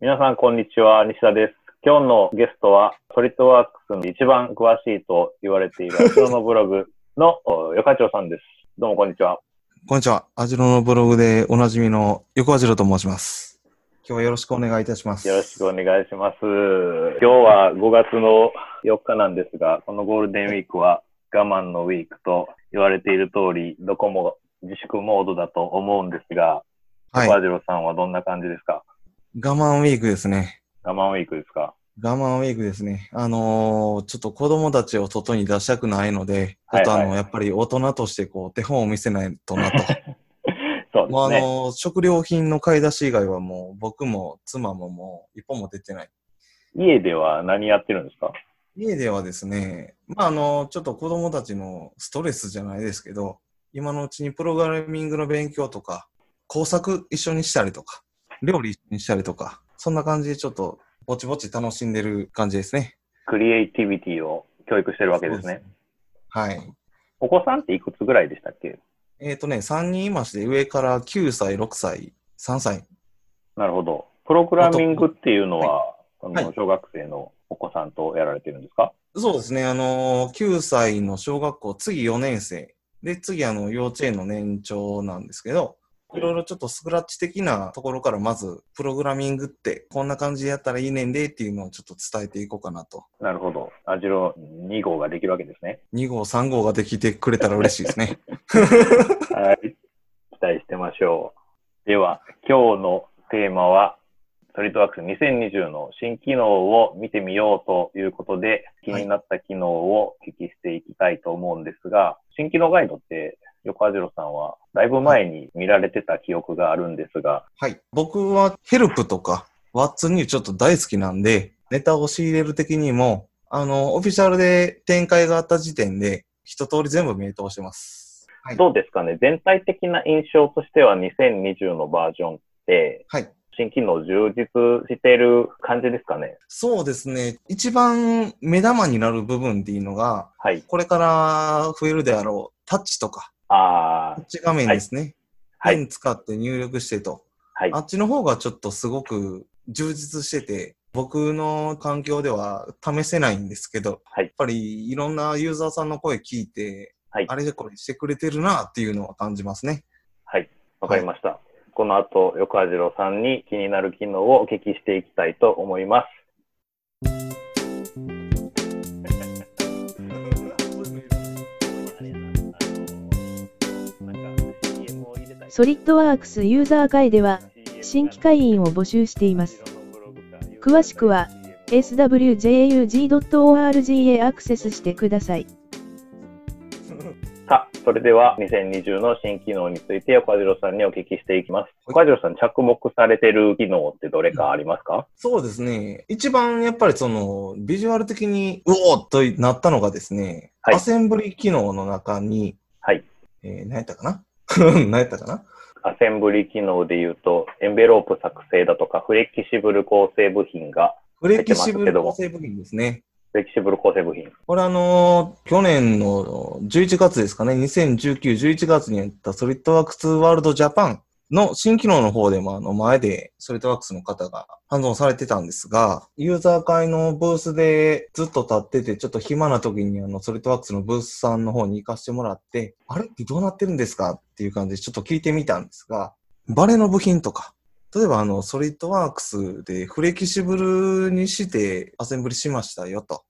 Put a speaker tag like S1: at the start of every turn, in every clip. S1: 皆さん、こんにちは。西田です。今日のゲストは、ソリッドワークスの一番詳しいと言われている、 アジロのブログの、およかちょうさんです。どうも、こんにちは。
S2: こんにちは。アジロのブログでおなじみの横アジロと申します。今日はよろしくお願いいたします。
S1: よろしくお願いします。今日は5月の4日なんですが、このゴールデンウィークは我慢のウィークと言われている通り、どこも自粛モードだと思うんですが、
S2: はい。
S1: バ
S2: 我
S1: ジロさんはどんな感じですか
S2: 慢ウィークですね。
S1: 我慢ウィークですか
S2: 我慢ウィークですね。あのーちょっと子供たちを外に出したくないので、ちょ
S1: はい
S2: っとあの、
S1: はい
S2: やっぱり大人としてこう、手本を見せないとなと。
S1: そうで
S2: もうあ
S1: す
S2: の
S1: ね。
S2: ー食料品の買い出し以外はもう、僕も妻ももう、一歩も出てない。
S1: 家では何やってるんですか
S2: 家ではですね、まああの、ちょっと子供たちのストレスじゃないですけど、今のうちにプログラミングの勉強とか、工作一緒にしたりとか、料理一緒にしたりとか、そんな感じでちょっとぼちぼち楽しんでる感じですね。
S1: クリエイティビティを教育してるわけです
S2: そう
S1: ね。
S2: ですねはい。
S1: お子さんっていくつぐらいでしたっけ
S2: えっ、とね、3人いまして、上から9歳、6歳、3歳。
S1: なるほど。プログラミングっていうのは、あ
S2: はい
S1: の小学生のお子さんとやられてるんですか、
S2: そうですね、あの9歳の小学校、次4年生。で、次、あの、幼稚園の年長なんですけど、いろいろちょっとスクラッチ的なところからまず、プログラミングってこんな感じでやったらいいねんでっていうのをちょっと伝えていこうかなと。
S1: なるほど。アジロ2号ができるわけですね。
S2: 2号、3号ができてくれたら嬉しいですね。
S1: はい。期待してましょう。では、今日のテーマは、ソリッドワークス2020の新機能を見てみようということで、気になった機能をお聞きしていきたいと思うんですが、新機能ガイドって、横アジロさんは、だいぶ前に見られてた記憶があるんですが、
S2: はい。僕はヘルプとか、ワッツにちょっと大好きなんで、ネタを仕入れる的にも、あの、オフィシャルで展開があった時点で、一通り全部見通してます。はい。
S1: どうですかね全体的な印象としては2020のバージョンって、
S2: はい。
S1: 新機能充実してる感じですかね
S2: そうですね。一番目玉になる部分っていうのが、
S1: はい。
S2: これから増えるであろう、タッチとか、
S1: あ
S2: タ
S1: ー
S2: ッチ画面ですね。
S1: はい
S2: ペン使って入力してと。
S1: はい
S2: あ。っちの方がちょっとすごく充実してて、僕の環境では試せないんですけど、
S1: はい
S2: やっぱりいろんなユーザーさんの声聞いて、
S1: はい
S2: あれでこれしてくれてるなっていうのは感じますね。
S1: はい。わかりました。この後、横あじろさんに気になる機能をお聞きしていきたいと思います。
S3: ソリッドワークスユーザー会では、新規会員を募集しています。詳しくは swjaug.org へアクセスしてください。
S1: さあ、それでは2020の新機能について岡次郎さんにお聞きしていきます。岡次郎さん、着目されてる機能ってどれかありますか、
S2: そうですね。一番やっぱりその、ビジュアル的に、うおーっとなったのがですね、
S1: はい
S2: アセンブリ機能の中に、
S1: はい。
S2: えー、何やったかな 何やったかな
S1: アセンブリ機能で言うと、エンベロープ作成だとか、フレキシブル構成部品が、
S2: フレキシブル構成部品ですね。
S1: フレキシブル構成部品。
S2: これあのー去年の11月ですかね、2019、11月にやったソリッドワークスワールドジャパンの新機能の方でもあの前でソリッドワークスの方が反応されてたんですが、ユーザー会のブースでずっと立ってて、ちょっと暇な時にあのソリッドワークスのブースさんの方に行かせてもらって、あれってどうなってるんですかっていう感じでちょっと聞いてみたんですが、バレの部品とか、例えばあのソリッドワークスでフレキシブルにしてアセンブリしましたよと。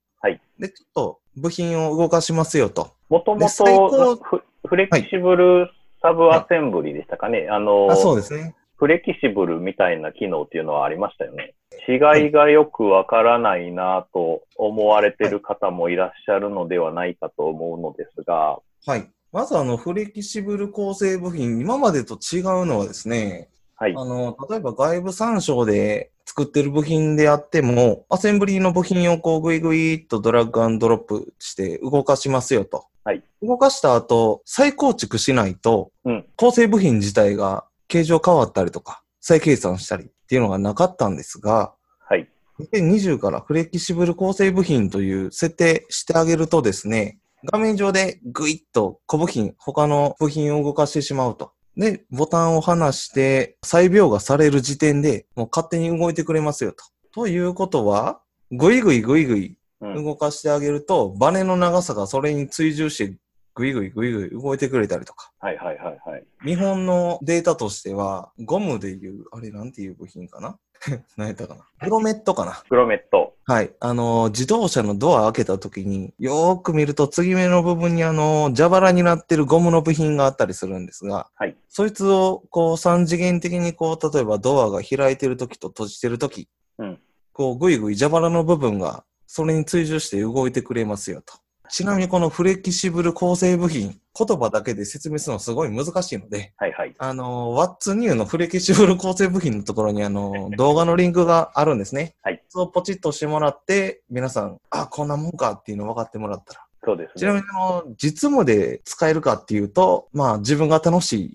S2: で、ちょっと部品を動かしますよと。
S1: もとも
S2: で最高
S1: と、フフレキシブルサブアセンブリでしたかね。あの、
S2: あ、そうですね。
S1: フレキシブルみたいな機能っていうのはありましたよね。違いがよくわからないなぁと思われてる方もいらっしゃるのではないかと思うのですが、
S2: はい。まずあの、フレキシブル構成部品、今までと違うのはですね、
S1: はい。
S2: あの、例えば外部参照で作ってる部品であっても、アセンブリの部品をこうグイグイっとドラッグアンドロップして動かしますよと。
S1: はい
S2: 動かした後、再構築しないと、
S1: うん
S2: 構成部品自体が形状変わったりとか、再計算したりっていうのがなかったんですが、
S1: はい。
S2: 2020からフレキシブル構成部品という設定してあげるとですね、画面上でグイッと小部品、他の部品を動かしてしまうと。で、ボタンを離して、再描画される時点で、もう勝手に動いてくれますよと。ということは、ぐいぐいぐいぐい
S1: うん。
S2: 動かしてあげると、バネの長さがそれに追従して、ぐいぐいぐいぐい動いてくれたりとか。
S1: はいはいはいはい。
S2: 日本のデータとしては、ゴムでいう、あれなんていう部品かな 何やったかなプロメットかな
S1: プロメット。
S2: はい。あのー、自動車のドア開けた時に、よーく見ると、継ぎ目の部分にあのー、蛇腹になってるゴムの部品があったりするんですが、
S1: はい。
S2: そいつを、こう、三次元的に、こう、例えばドアが開いてる時と閉じてる時
S1: うん
S2: こう、ぐいぐい蛇腹の部分が、それに追従して動いてくれますよと。ちなみにこのフレキシブル構成部品、言葉だけで説明するのすごい難しいので、
S1: はいはい。
S2: あの、What's New のフレキシブル構成部品のところにあ の、動画のリンクがあるんですね。
S1: はい。
S2: それをポチッと押してもらって、皆さん、あ、こんなもんかっていうの分かってもらったら。
S1: そうですね。
S2: ちなみにあの、実務で使えるかっていうと、まあ自分が楽し い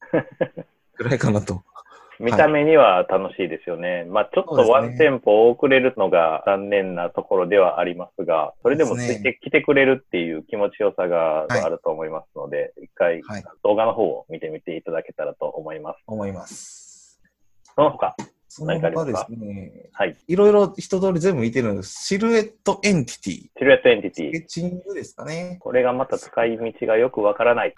S2: ぐらいかなと。
S1: 見た目には楽しいですよね。まあちょっ
S2: そう
S1: と
S2: ですね
S1: ワンテンポ遅れるのが残念なところではありますが、それでもつい
S2: そうです
S1: てきてくれるっていう気持ちよさが
S2: はい
S1: あると思いますので、一回
S2: はい
S1: 動画の方を見てみていただけたらと思います。
S2: 思います。
S1: その他、
S2: その
S1: 何かあ
S2: 他
S1: り
S2: で
S1: ます
S2: す
S1: か
S2: ね、
S1: はい。
S2: いろいろ一通り全部見てるんです。シルエットエンティティ。
S1: シルエットエンティテ
S2: スケ
S1: ィ。
S2: ッチングですかね。
S1: これがまた使い道がよくわからない。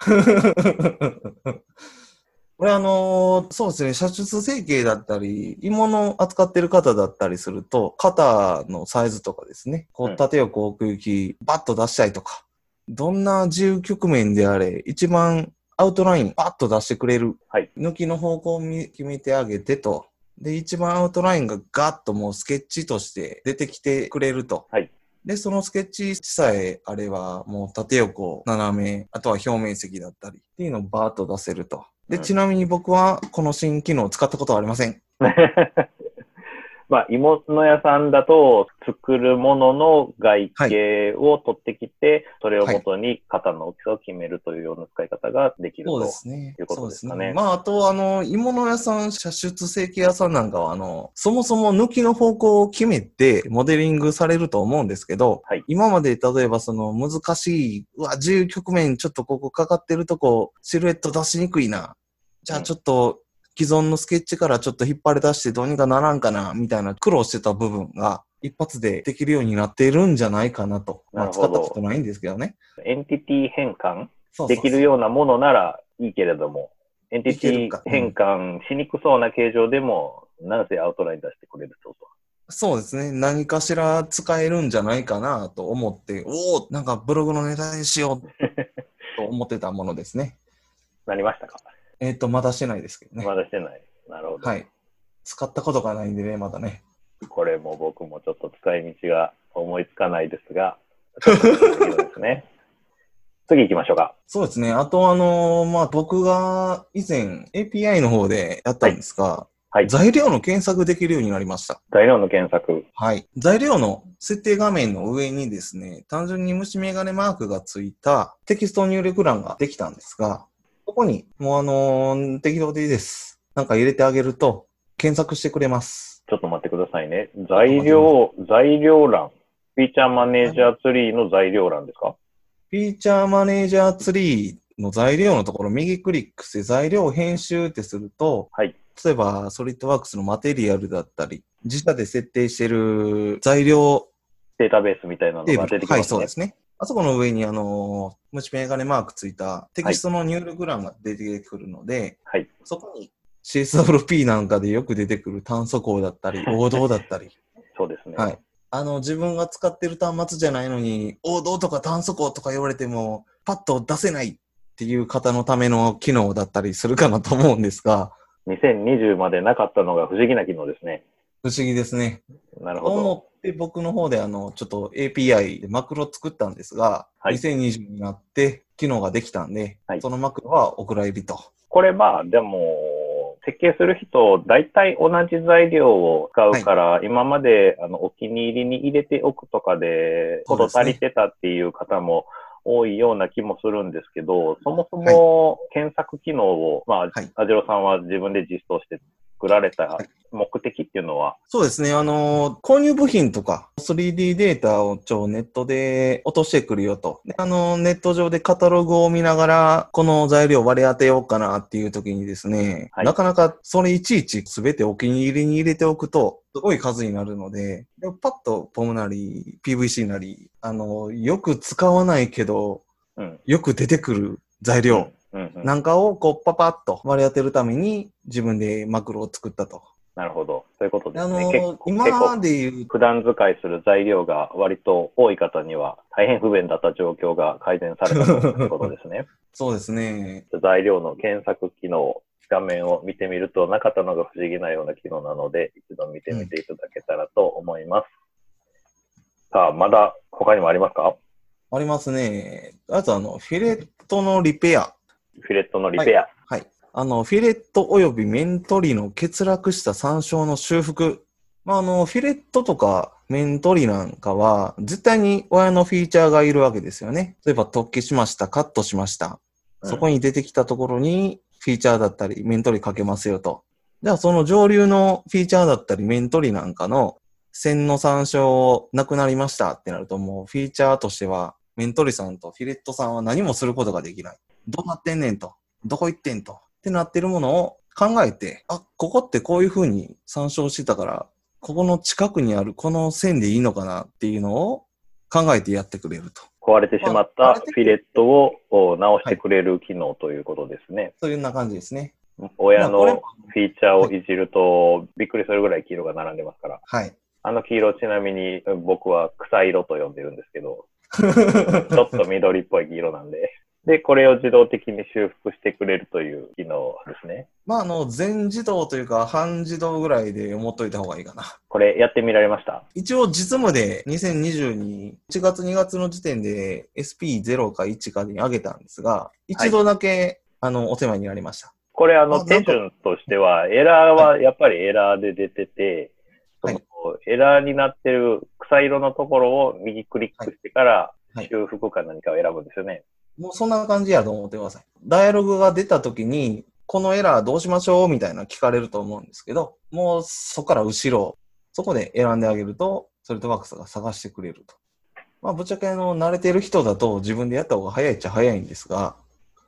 S2: これあのーそうですね、射出成形だったり、鋳物扱ってる方だったりすると、肩のサイズとかですね、こ
S1: うん
S2: う縦横奥行き、バッと出したいとか、どんな自由局面であれ、一番アウトライン、バッと出してくれる、
S1: はい
S2: 抜きの方向を見決めてあげてと、で、一番アウトラインがガッともうスケッチとして出てきてくれると。
S1: はい
S2: で、そのスケッチさえあれば、もう縦横、斜め、あとは表面積だったりっていうのをバーッと出せると。で、
S1: うん
S2: ちなみに僕はこの新機能を使ったことはありません。
S1: まあ、芋の屋さんだと、作るものの外形を取ってきて、それをもとに型の大きさを決めるというような使い方ができると。
S2: そうですね
S1: いう。ことですかね
S2: そうまあ、あと、あの、鋳物屋さん、射出成形屋さんなんかは、あの、そもそも抜きの方向を決めて、モデリングされると思うんですけど、
S1: はい
S2: 今まで、例えば、その、難しい、うわ、自由局面、ちょっとここかかってるとこ、シルエット出しにくいな。じゃ
S1: う
S2: あ、
S1: ん
S2: ちょっと、既存のスケッチからちょっと引っ張り出してどうにかならんかな、みたいな苦労してた部分が、一発でできるようになっているんじゃないかなと。ま
S1: な
S2: あ、
S1: る
S2: 使
S1: ほど
S2: ったことないんですけどね。
S1: エンティティ変換
S2: そうそう
S1: で
S2: そう
S1: きるようなものならいいけれども、エンティティ変換しにくそうな形状でも、なんせアウトライン出してくれると。
S2: そうですね。何かしら使えるんじゃないかなと思って、おお、なんかブログのネタにしようと思ってたものですね。
S1: なりましたか
S2: えっ、と、まだしてないですけどね。
S1: まだしてない。なるほど。
S2: はい。使ったことがないんでね、まだね。
S1: これも僕もちょっと使い道が思いつかないですが、ちょっとですね。 次行きましょうか。
S2: そうですね。あと、あのーまあ、僕が以前 API の方でやったんですが、
S1: はい。
S2: 材料の検索できるようになりました。
S1: 材料の検索。
S2: はい。材料の設定画面の上にですね、単純に虫眼鏡マークがついたテキスト入力欄ができたんですが、ここに、もうあのー適当でいいです。なんか入れてあげると、検索してくれます。
S1: ちょっと待ってくださいね。材料、材料欄。フィーチャーマネージャーツリーの材料欄ですか
S2: フィーチャーマネージャーツリーの材料のところ、右クリックして材料編集ってすると、
S1: はい。
S2: 例えば、ソリッドワークスのマテリアルだったり、自社で設定してる材料
S1: データベースみたいなの
S2: テー
S1: が
S2: ブ
S1: 出て
S2: ル。
S1: きますね。
S2: はい、そうですね。あそこの上に、あのー虫眼鏡マークついたテキストの入力欄が出てくるので、
S1: はい
S2: そこに CSWP なんかでよく出てくる炭素鋼だっ たり、王道だったり、
S1: そうですね。
S2: はい。あの、自分が使ってる端末じゃないのに、王道とか炭素鋼とか言われても、パッと出せないっていう方のための機能だったりするかなと思うんですが、
S1: 2020までなかったのが不思議な機能ですね。
S2: 不思議ですね。
S1: なるほど。
S2: 思って僕の方であの、ちょっと API でマクロ作ったんですが、
S1: はい
S2: 2020になって機能ができたんで、
S1: はい
S2: そのマクロはお蔵入りと。
S1: これまあ、でも、設計する人、大体同じ材料を使うから、今まであのお気に入りに入れておくとかで、ほ
S2: そうで
S1: ど
S2: すね
S1: 足りてたっていう方も多いような気もするんですけど、そもそも検索機能を、まあ、
S2: はい
S1: アジロさんは自分で実装して作られた目的っていうのは、
S2: そうですね。あの、購入部品とか 3D データをちょネットで落としてくるよと。であの、ネット上でカタログを見ながら、この材料割り当てようかなっていう時にですね、
S1: はい
S2: なかなかそれいちいち全てお気に入りに入れておくと、すごい数になるので、でパッとポムなり、PVC なり、あの、よく使わないけど、
S1: うん。
S2: よく出てくる材料、
S1: うん、うん。
S2: なんかをこうパパッと割り当てるために自分でマクロを作ったと。
S1: なるほど。そういうことで
S2: あ
S1: す
S2: の
S1: ね。結構、結
S2: 今
S1: 構
S2: で言う、
S1: 普段使いする材料が割と多い方には大変不便だった状況が改善されたということですね。
S2: そうですね。
S1: 材料の検索機能、画面を見てみるとなかったのが不思議なような機能なので、一度見てみていただけたらと思います。さあ、まだ他にもありますか
S2: ありますね。あとあの、フィレットのリペア。
S1: フィレットのリペア。
S2: はい。あの、フィレット及び面取りの欠落した山椒の修復。まあ、あの、フィレットとか面取りなんかは、絶対に親のフィーチャーがいるわけですよね。例えば、突起しました、カットしました。そこ
S1: に、
S2: に出てきたところにフィーチャーだったり、面取りかけますよと。じゃあその上流のフィーチャーだったり、面取りなんかの線の参照なくなりましたってなるともうフィーチャーとしては、面取りさんとフィレットさんは何もすることができない。どうなってんねんと。どこ行ってんと。ってなってるものを考えて、あ、ここってこういう風に参照してたから、ここの近くにあるこの線でいいのかなっていうのを考えてやってくれると。
S1: 壊れてしまったフィレットをお直してくれる機能ということですね。
S2: そういうような感じですね。
S1: 親
S2: まあこれ
S1: の
S2: も
S1: フィーチャーをいじるとびっくりするぐらい黄色が並んでますから。
S2: はい。
S1: あの黄色ちなみに僕は草色と呼んでるんですけ ど、ちょっと緑っぽい黄色なんで。で、これを自動的に修復してくれるという機能ですね。
S2: まあ、あの、全自動というか、半自動ぐらいで思っといた方がいいかな。
S1: これやってみられました
S2: 一応、実務で2022、1月2月の時点で SP0 か1かに上げたんですが、一度だけ、あの、お手間になりました。
S1: これあ
S2: あ
S1: の
S2: な
S1: 手
S2: んか
S1: 順としては、エラーはやっぱりエラーで出てて、
S2: はい
S1: そのエラーになってる草色のところを右クリックしてから
S2: はい
S1: 修復か何かを選ぶんですよね。
S2: もうそんな感じやと思ってください。ダイアログが出た時に、このエラーどうしましょうみたいな聞かれると思うんですけど、もうそこから後ろ、そこで選んであげると、ソリッドワークスが探してくれると。まあ、ぶっちゃけあの、慣れてる人だと自分でやった方が早いっちゃ早いんですが、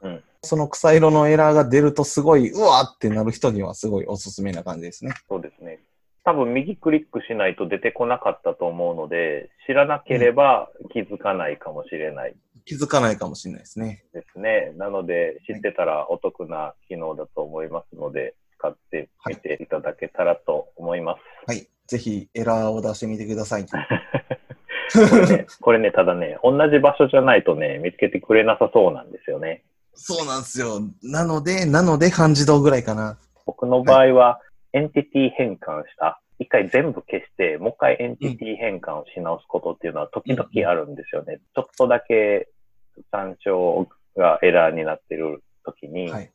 S1: うん
S2: その草色のエラーが出るとすごい、うわーってなる人にはすごいおすすめな感じですね。
S1: そうですね。多分右クリックしないと出てこなかったと思うので、知らなければ気づかないかもしれない
S2: 気づかないかもしれないですね。
S1: ですね。なので、知ってたらお得な機能だと思いますので、使ってみていただけたらと思います。
S2: はい。ぜひエラーを出してみてく ださい。
S1: これね、これねただね、同じ場所じゃないとね、見つけてくれなさそうなんですよね。
S2: そうなんですよ。なので、なので半自動ぐらいかな。
S1: 僕の場合は、エンティティ変換した。一回全部消して、もう一回エンティティ変換をし直すことっていうのは時々あるんですよね。ちょっとだけ参照がエラーになってる時に、
S2: はい。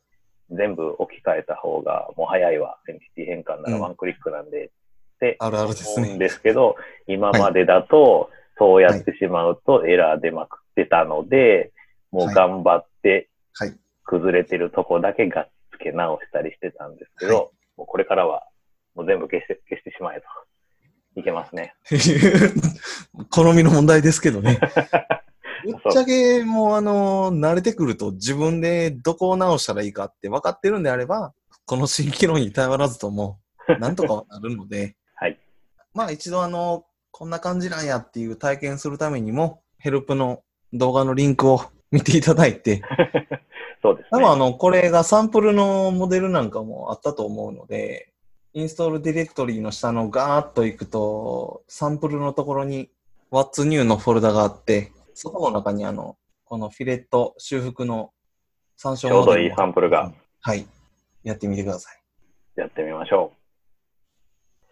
S1: 全部置き換えた方がもう早いわ。エンティティ変換ならワンクリックなんで、って
S2: あるあるです
S1: 思う
S2: ね
S1: ん。ですけど、今までだと、そうやってしまうとエラー出まくってたので、もう頑張って
S2: はい、
S1: 崩れてるとこだけがっつけ直したりしてたんですけど、
S2: はい
S1: もうこれからは、もう全部消して、消してしまえと。いけますね。
S2: 好みの問題ですけ どね。ぶっちゃけ、もうあの、慣れてくると自分でどこを直したらいいかって分かってるんであれば、この新機能に頼らずとも、なんとかはなるので、
S1: はい。
S2: まあ一度あの、こんな感じなんやっていう体験するためにも、ヘルプの動画のリンクを見ていただいて、
S1: そうです
S2: 多
S1: ね。
S2: 分あの、これがサンプルのモデルなんかもあったと思うので、インストールディレクトリの下のガーッと行くと、サンプルのところに What's New のフォルダがあって、そこの中にあの、このフィレット修復の参照
S1: ちょう
S2: モ
S1: ど
S2: デ
S1: い
S2: ル
S1: いサンプルが
S2: はい。やってみてください。
S1: やってみましょう。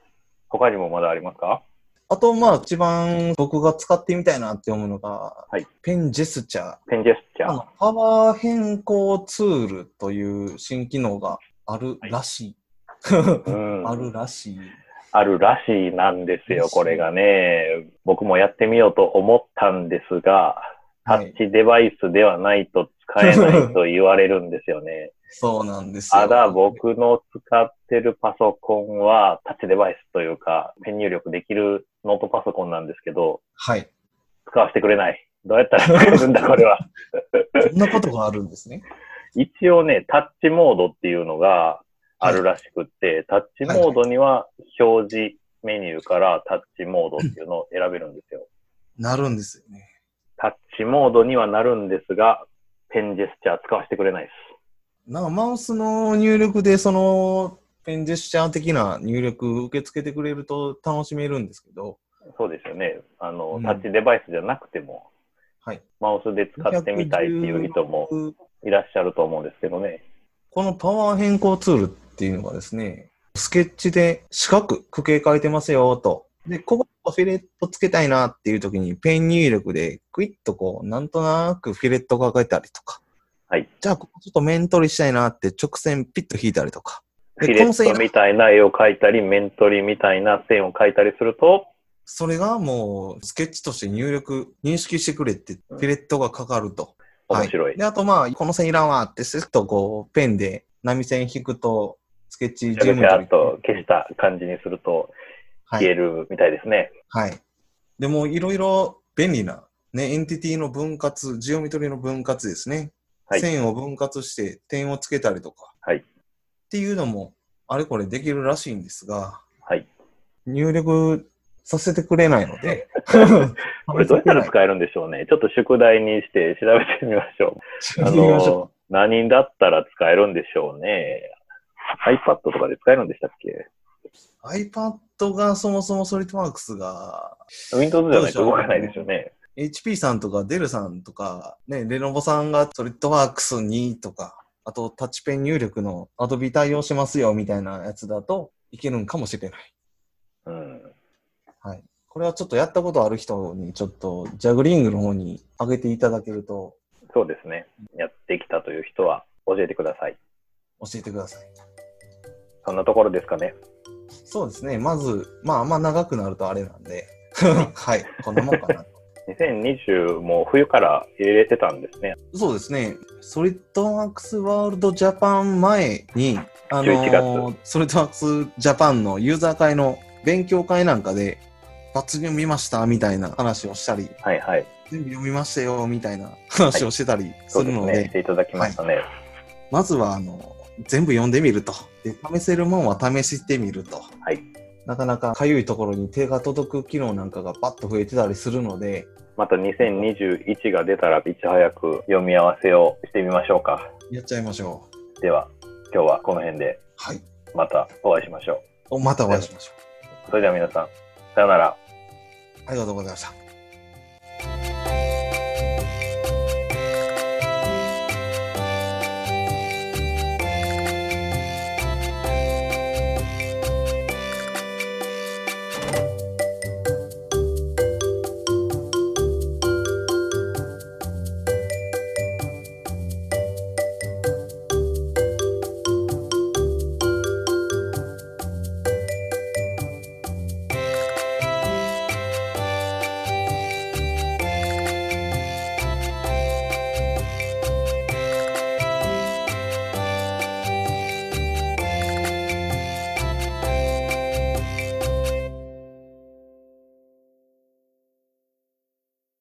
S1: 他にもまだありますか
S2: あと、まあ、一番僕が使ってみたいなって思うのが、
S1: はい
S2: ペンジェスチャー。
S1: ペンジェスチャ
S2: あ
S1: ー
S2: の。、パワー変更ツールという新機能があるらしい。
S1: うん
S2: あるらしい。
S1: あるらしいなんですよ、これがね。僕もやってみようと思ったんですが、タ
S2: は
S1: ッ
S2: い。
S1: チデバイスではないと使えないと言われるんですよね。
S2: そうなんですよ。
S1: ただ僕の使ってるパソコンはタッチデバイスというか、ペン入力できるノートパソコンなんですけど、
S2: はい。
S1: 使わせてくれない。どうやったら使えるん だ、これは。
S2: そんなことがあるんですね。
S1: 一応ね、タッチモードっていうのがあるらしくって、タッチモードには表示メニューからタッチモードっていうのを選べるんですよ。
S2: なるんですよね。
S1: タッチモードにはなるんですが、ペンジェスチャー使わせてくれないです。
S2: なんかマウスの入力で、その、ペンジェスチャー的な入力受け付けてくれると楽しめるんですけど、
S1: そうですよね。あの、
S2: うん
S1: タッチデバイスじゃなくても、
S2: はい。
S1: マウスで使ってみたいっていう人もいらっしゃると思うんですけどね。
S2: このパワー変更ツールっていうのがですね、スケッチで四角、区形書いてますよと。で、ここフィレットつけたいなっていう時にペン入力でクイッとこう、なんとなくフィレットが書いたりとか。
S1: はい。
S2: じゃあ、ここちょっと面取りしたいなって直線ピッと引いたりとか。
S1: フィレットみたいな絵を描いたり、面取りみたいな線を描いたりすると、
S2: それがもう、スケッチとして入力、認識してくれって、フィレットがかかると。
S1: 面白。
S2: はいで、あとまあ、この線いらんわって、スッとこう、ペンで波線引くと、スケッチ
S1: ちゃ
S2: ジ
S1: く
S2: ム
S1: ちゃっと消した感じにすると
S2: はい
S1: 消えるみたいですね。
S2: はい。でも、いろいろ便利な、ね、エンティティの分割、ジオメトリの分割ですね。
S1: はい
S2: 線を分割して点をつけたりとか。
S1: はい
S2: っていうのも、あれこれできるらしいんですが、
S1: はい。
S2: 入力させてくれないので。
S1: これどうやったら使えるんでしょうね。ちょっと宿題にして調べてみましょ う。あ
S2: やってみましょう
S1: の、何だったら使えるんでしょうね。iPad とかで使えるんでしたっけ
S2: iPad がそもそもソリッドワークスが、
S1: ?Windows じゃないと動かないですよね。
S2: HP さんとかデルさんとか、ね、レノボさんがソリッドワークスにとか、あとタッチペン入力のアドビ対応しますよみたいなやつだといけるんかもしれない。
S1: うん。
S2: はい。これはちょっとやったことある人にちょっとジャグリングの方に上げていただけると
S1: そうですね。やってきたという人は教えてください。
S2: 教えてください。
S1: そんなところですかね。
S2: そうですね。まず、まああんま長くなるとあれなんで、 はい。こんなもんかな。
S1: 2020も冬から入れてたんですね。
S2: そうですね。ソリッドワークスワールドジャパン前に、あ
S1: 11
S2: ソリッドワークスジャパンのユーザー会の勉強会なんかで、罰ゲーム見ましたみたいな話をしたり、
S1: はいはい。
S2: 全部読みましたよみたいな話をしてたりす
S1: そう
S2: る
S1: です
S2: ので、
S1: ね。していただきましたね。
S2: まずはあの全部読んでみるとで。試せるもんは試してみると。
S1: はい
S2: なかなかかゆいところに手が届く機能なんかがパッと増えてたりするので、
S1: また2021が出たらいち早く読み合わせをしてみましょうか。
S2: やっちゃいましょう。
S1: では、今日はこの辺で
S2: はい。
S1: またお会いしましょ
S2: おまたお会いしましょ
S1: う。それでは皆さん、さようなら。
S2: う。ありがとうございました。